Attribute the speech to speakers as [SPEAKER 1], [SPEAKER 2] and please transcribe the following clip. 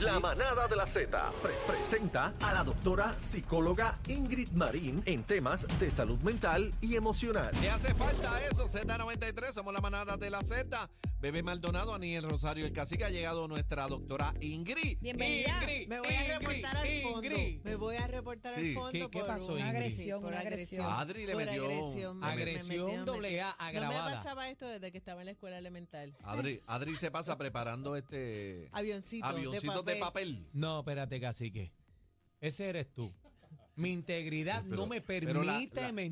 [SPEAKER 1] La manada de la Z pre- presenta a la doctora psicóloga Ingrid Marín en temas de salud mental y emocional.
[SPEAKER 2] Le hace falta eso, Z93, somos la manada de la Z. Bebé Maldonado, Aniel Rosario, el cacique, ha llegado nuestra doctora Ingrid.
[SPEAKER 3] Bienvenida.
[SPEAKER 2] Ingrid,
[SPEAKER 4] Me voy a
[SPEAKER 2] Ingrid,
[SPEAKER 4] reportar al fondo.
[SPEAKER 2] Ingrid.
[SPEAKER 4] Me voy a reportar
[SPEAKER 2] Sí.
[SPEAKER 4] al fondo.
[SPEAKER 5] ¿Qué- qué
[SPEAKER 4] por
[SPEAKER 5] pasó,
[SPEAKER 4] una
[SPEAKER 5] Ingrid?
[SPEAKER 4] agresión,
[SPEAKER 3] Por
[SPEAKER 4] una agresión.
[SPEAKER 3] agresión.
[SPEAKER 2] Adri le
[SPEAKER 4] Por
[SPEAKER 2] metió un-
[SPEAKER 4] agresión, me- me
[SPEAKER 5] Agresión
[SPEAKER 4] metió, me
[SPEAKER 5] doble
[SPEAKER 4] metió.
[SPEAKER 5] A
[SPEAKER 4] No
[SPEAKER 5] agravada.
[SPEAKER 4] me pasaba esto desde que estaba en la escuela elemental.
[SPEAKER 2] Adri, Adri se pasa preparando este
[SPEAKER 4] Avioncito,
[SPEAKER 2] avioncito
[SPEAKER 4] de
[SPEAKER 2] de papel.
[SPEAKER 5] No, espérate, cacique. Ese eres tú. Mi integridad
[SPEAKER 2] Sí, pero-
[SPEAKER 5] no me
[SPEAKER 2] pero la-
[SPEAKER 5] permite
[SPEAKER 2] la-
[SPEAKER 5] mentir.